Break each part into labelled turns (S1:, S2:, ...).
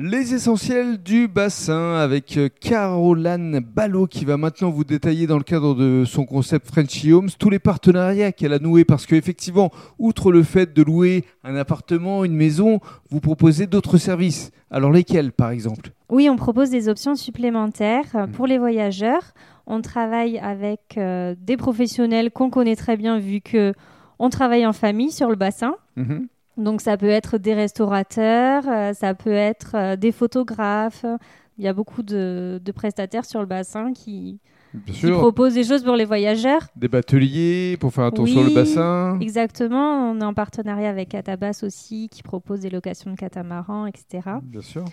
S1: Les essentiels du bassin avec euh, Caroline Ballot qui va maintenant vous détailler dans le cadre de son concept Frenchy Homes tous les partenariats qu'elle a noués parce qu'effectivement, outre le fait de louer un appartement, une maison, vous proposez d'autres services. Alors lesquels par exemple
S2: Oui, on propose des options supplémentaires euh, pour les voyageurs. On travaille avec euh, des professionnels qu'on connaît très bien vu que on travaille en famille sur le bassin.
S1: Mhm.
S2: Donc ça peut être des restaurateurs, euh, ça peut être euh, des photographes. Il y a beaucoup de, de prestataires sur le bassin qui,
S1: Bien
S2: qui proposent des choses pour les voyageurs.
S1: Des bateliers pour faire un tour
S2: Oui.
S1: sur le bassin.
S2: Exactement, on est en partenariat avec Catabas aussi qui propose des locations de catamarans, etc.
S1: Bien sûr.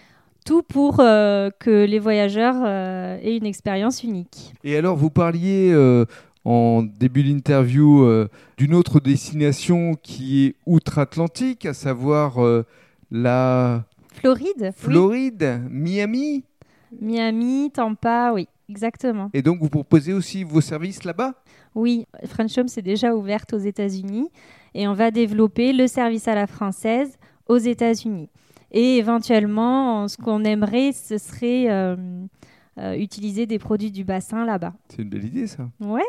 S2: Tout pour euh, que les voyageurs euh, aient une expérience unique.
S1: Et alors, vous parliez euh, en début d'interview euh, d'une autre destination qui est outre-Atlantique, à savoir euh, la
S2: Floride,
S1: Floride, Miami.
S2: oui. Miami, Tampa, oui, exactement.
S1: Et donc, vous proposez aussi vos services là-bas
S2: Oui, French Home s'est déjà ouverte aux États-Unis et on va développer le service à la française aux États-Unis. Et éventuellement, en- ce qu'on aimerait, ce serait euh, euh, utiliser des produits du bassin là-bas.
S1: C'est une belle idée, ça.
S2: Ouais.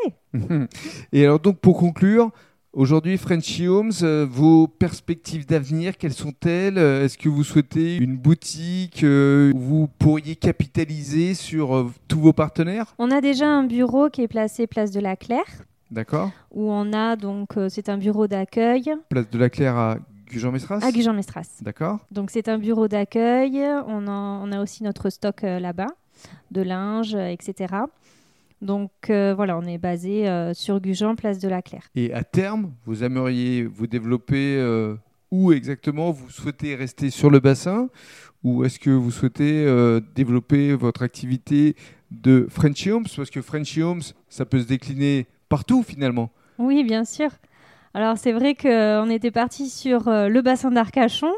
S1: Et alors, donc, pour conclure, aujourd'hui, Frenchy Homes, euh, vos perspectives d'avenir, quelles sont-elles Euh, Est-ce que vous souhaitez une boutique euh, où vous pourriez capitaliser sur euh, tous vos partenaires
S2: On a déjà un bureau qui est placé place de la Claire,
S1: D'accord
S2: où on a donc, euh, c'est un bureau d'accueil
S1: Place de la Claire à Gujan-Mestras
S2: à Gujan-Mestras.
S1: D'accord.
S2: Donc c'est un bureau d'accueil, on, en- on a aussi notre stock euh, là-bas, de linge, euh, etc. Donc euh, voilà, on est basé euh, sur Gujan, place de la Claire.
S1: Et à terme, vous aimeriez vous développer euh, où exactement Vous souhaitez rester sur le bassin ou est-ce que vous souhaitez euh, développer votre activité de Frenchy Homes Parce que Frenchy Homes, ça peut se décliner partout finalement.
S2: Oui, bien sûr. Alors c'est vrai qu'on était parti sur euh, le bassin d'Arcachon.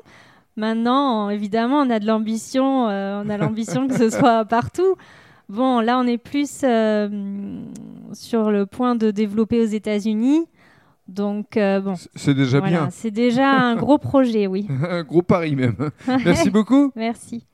S2: Maintenant, on- évidemment, on a de l'ambition, euh, on a l'ambition que ce soit partout. Bon, là, on est plus euh, sur le point de développer aux États-Unis. Donc euh, bon,
S1: C- C'est déjà
S2: voilà, c'est déjà un gros projet, oui.
S1: bien. Un gros pari même. Merci beaucoup.
S2: Merci.